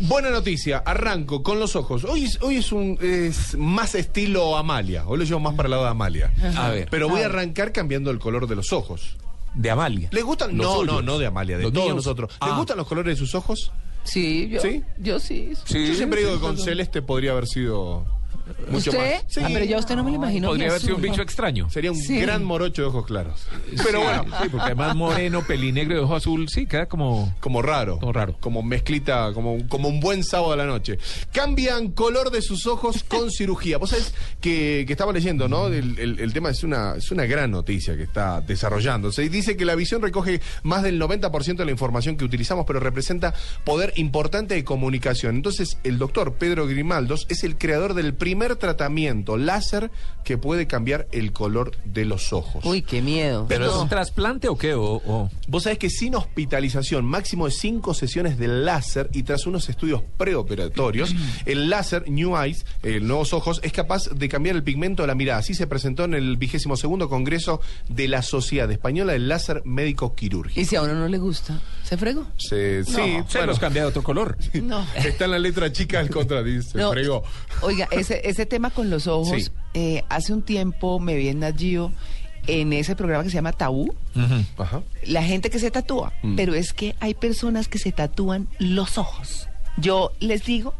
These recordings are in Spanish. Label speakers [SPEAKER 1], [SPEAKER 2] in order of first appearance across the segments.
[SPEAKER 1] Buena noticia, arranco con los ojos. Hoy es, hoy es un es más estilo Amalia. Hoy lo llevo más para el lado de Amalia.
[SPEAKER 2] A ver,
[SPEAKER 1] Pero voy a arrancar cambiando el color de los ojos.
[SPEAKER 2] de Amalia.
[SPEAKER 1] ¿Le gustan?
[SPEAKER 2] Los
[SPEAKER 1] No,
[SPEAKER 2] suyos.
[SPEAKER 1] no, no de Amalia, de
[SPEAKER 2] Los
[SPEAKER 1] todos
[SPEAKER 2] míos.
[SPEAKER 1] nosotros. ¿Le
[SPEAKER 2] Ah.
[SPEAKER 1] gustan los colores de sus ojos?
[SPEAKER 3] Sí, yo
[SPEAKER 1] ¿Sí?
[SPEAKER 3] sí. Yo sí.
[SPEAKER 1] Yo siempre digo que con celeste podría haber sido mucho
[SPEAKER 3] ¿Usted?
[SPEAKER 1] más. Sí,
[SPEAKER 3] Ah, pero yo a usted no me lo imagino.
[SPEAKER 2] Podría
[SPEAKER 3] ni
[SPEAKER 2] haber sido un
[SPEAKER 3] azul.
[SPEAKER 2] bicho extraño.
[SPEAKER 1] Sería un
[SPEAKER 3] Sí.
[SPEAKER 1] gran morocho de ojos claros. Pero
[SPEAKER 2] Sí,
[SPEAKER 1] bueno,
[SPEAKER 2] Sí, porque además moreno, pelinegro de ojo azul, sí, queda como.
[SPEAKER 1] como raro.
[SPEAKER 2] Como raro.
[SPEAKER 1] Como mezclita, como, un- como un buen sábado a la noche. Cambian color de sus ojos con cirugía. Vos sabés que, que estaba leyendo, ¿no? El, el- el tema es una, es una gran noticia que está desarrollándose. Y dice que la visión recoge más del 90% de la información que utilizamos, pero representa poder importante de comunicación. Entonces, el doctor Pedro Grimaldos es el creador del primer tratamiento láser que puede cambiar el color de los ojos.
[SPEAKER 3] Uy, qué miedo.
[SPEAKER 2] ¿Pero es un trasplante o qué? O, o-
[SPEAKER 1] Vos sabés que sin hospitalización, máximo de cinco sesiones de láser y tras unos estudios preoperatorios, el láser New Eyes, el Nuevos Ojos, es capaz de cambiar el pigmento de la mirada. Así se presentó en el vigésimo segundo Congreso de la Sociedad Española del Láser Médico Quirúrgico.
[SPEAKER 3] ¿Y si a uno no le gusta? ¿Se fregó?
[SPEAKER 1] Se- sí,
[SPEAKER 2] se
[SPEAKER 1] bueno,
[SPEAKER 2] los cambia de otro color.
[SPEAKER 3] No.
[SPEAKER 1] está en la letra chica del contra, dice,
[SPEAKER 3] No.
[SPEAKER 1] fregó.
[SPEAKER 3] Oiga, ese, ese tema con los ojos,
[SPEAKER 1] Sí.
[SPEAKER 3] eh, hace un tiempo me vi en Nat Geo, en ese programa que se llama Tabú,
[SPEAKER 1] Ajá.
[SPEAKER 3] la gente que se tatúa, pero es que hay personas que se tatúan los ojos. Yo les digo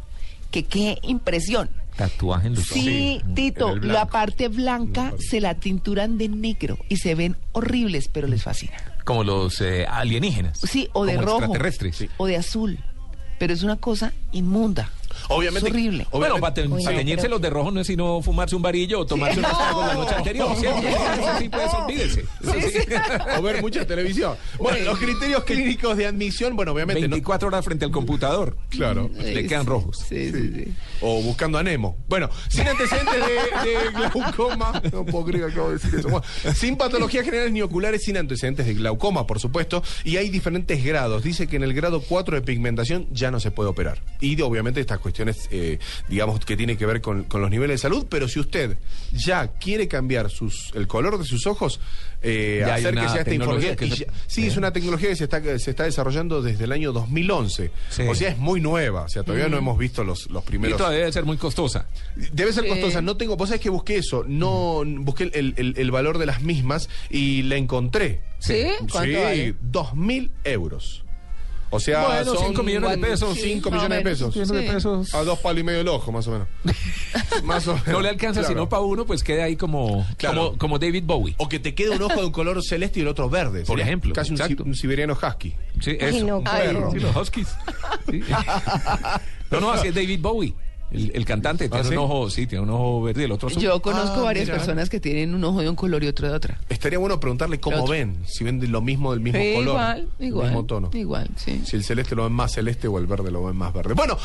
[SPEAKER 3] que qué impresión.
[SPEAKER 2] Tatuaje en los
[SPEAKER 3] Sí,
[SPEAKER 1] Sí,
[SPEAKER 3] Tito,
[SPEAKER 1] en el
[SPEAKER 3] la
[SPEAKER 1] blanco.
[SPEAKER 3] parte blanca se la tinturan de negro y se ven horribles, pero les fascina.
[SPEAKER 2] ojos. Como los eh, alienígenas.
[SPEAKER 3] Sí, o de
[SPEAKER 2] Como
[SPEAKER 3] rojo.
[SPEAKER 2] extraterrestres.
[SPEAKER 3] O de azul. Pero es una cosa inmunda.
[SPEAKER 1] Obviamente.
[SPEAKER 3] Es horrible.
[SPEAKER 2] Bueno,
[SPEAKER 1] obviamente-
[SPEAKER 2] para, te-
[SPEAKER 3] Oye,
[SPEAKER 2] para teñirse
[SPEAKER 3] pero-
[SPEAKER 2] los de rojo no es sino fumarse un varillo o tomarse unos tragos la noche anterior, ¿cierto? Eso sí, pues, olvídese. Eso sí.
[SPEAKER 1] o ver mucha televisión. Bueno, los criterios clínicos de admisión, bueno, obviamente no-
[SPEAKER 2] 24 horas frente al computador.
[SPEAKER 1] Claro.
[SPEAKER 2] Le quedan rojos.
[SPEAKER 3] Sí, sí, sí.
[SPEAKER 1] O buscando a Nemo. Bueno, sin antecedentes de, de glaucoma. No puedo creer que acabo de decir eso. Bueno, sin patologías generales ni oculares, sin antecedentes de glaucoma, por supuesto. Y hay diferentes grados. Dice que en el grado 4 de pigmentación ya no se puede operar. Y de- obviamente estas cuestiones, eh, digamos, que tienen que ver con, con los niveles de salud. Pero si usted ya quiere cambiar sus, el color de sus ojos, eh,
[SPEAKER 2] Ya hay
[SPEAKER 1] acérquese
[SPEAKER 2] una
[SPEAKER 1] a esta
[SPEAKER 2] tecnología
[SPEAKER 1] información.
[SPEAKER 2] que
[SPEAKER 1] Y
[SPEAKER 2] se-
[SPEAKER 1] ya- Sí, es una tecnología que se está, que se está desarrollando desde el año 2011.
[SPEAKER 2] Sí.
[SPEAKER 1] O sea, es muy nueva. O sea, todavía
[SPEAKER 3] Mm.
[SPEAKER 1] no hemos visto los, los
[SPEAKER 2] Y
[SPEAKER 1] primeros...
[SPEAKER 2] todavía debe ser muy costosa.
[SPEAKER 1] Debe ser
[SPEAKER 3] Eh.
[SPEAKER 1] costosa, no tengo, vos sabés que busqué eso, no
[SPEAKER 2] Mm.
[SPEAKER 1] busqué el, el- el- el valor de las mismas y la encontré.
[SPEAKER 3] ¿Sí? ¿Cuánto vale?
[SPEAKER 1] dos mil euros. O sea,
[SPEAKER 2] Bueno,
[SPEAKER 1] son
[SPEAKER 2] cinco millones de
[SPEAKER 1] cuan-
[SPEAKER 2] pesos.
[SPEAKER 1] cinco
[SPEAKER 3] Sí, más o
[SPEAKER 1] millones de
[SPEAKER 3] menos.
[SPEAKER 1] pesos.
[SPEAKER 3] Millones de Sí.
[SPEAKER 2] pesos.
[SPEAKER 1] A dos palos y medio el ojo, más o menos. más o menos.
[SPEAKER 2] No le alcanza
[SPEAKER 1] Claro.
[SPEAKER 2] sino para uno, pues queda ahí como,
[SPEAKER 1] Claro.
[SPEAKER 2] como, como David Bowie.
[SPEAKER 1] O que te quede un ojo de un color celeste y el otro verde.
[SPEAKER 2] Por
[SPEAKER 1] Sería
[SPEAKER 2] ejemplo,
[SPEAKER 1] Casi un,
[SPEAKER 2] exacto.
[SPEAKER 1] si- un siberiano husky.
[SPEAKER 2] Sí, eso.
[SPEAKER 1] Un perro.
[SPEAKER 2] Sí, los Huskies. Sí. No, no, así es David Bowie. El, el cantante tiene
[SPEAKER 1] sí?
[SPEAKER 2] un ojo, ¿Ah, sí, tiene un ojo verde y el otro azul.
[SPEAKER 3] Yo conozco
[SPEAKER 1] Ah,
[SPEAKER 3] varias
[SPEAKER 1] mira.
[SPEAKER 3] personas que tienen un ojo de un color y otro de otra.
[SPEAKER 1] Estaría bueno preguntarle cómo
[SPEAKER 3] Otro.
[SPEAKER 1] ven, si ven de lo mismo del mismo
[SPEAKER 3] Eh,
[SPEAKER 1] color.
[SPEAKER 3] igual,
[SPEAKER 1] del
[SPEAKER 3] igual.
[SPEAKER 1] mismo tono.
[SPEAKER 3] Igual, sí.
[SPEAKER 1] Si el celeste lo ven más celeste o el verde lo ven más verde. Bueno,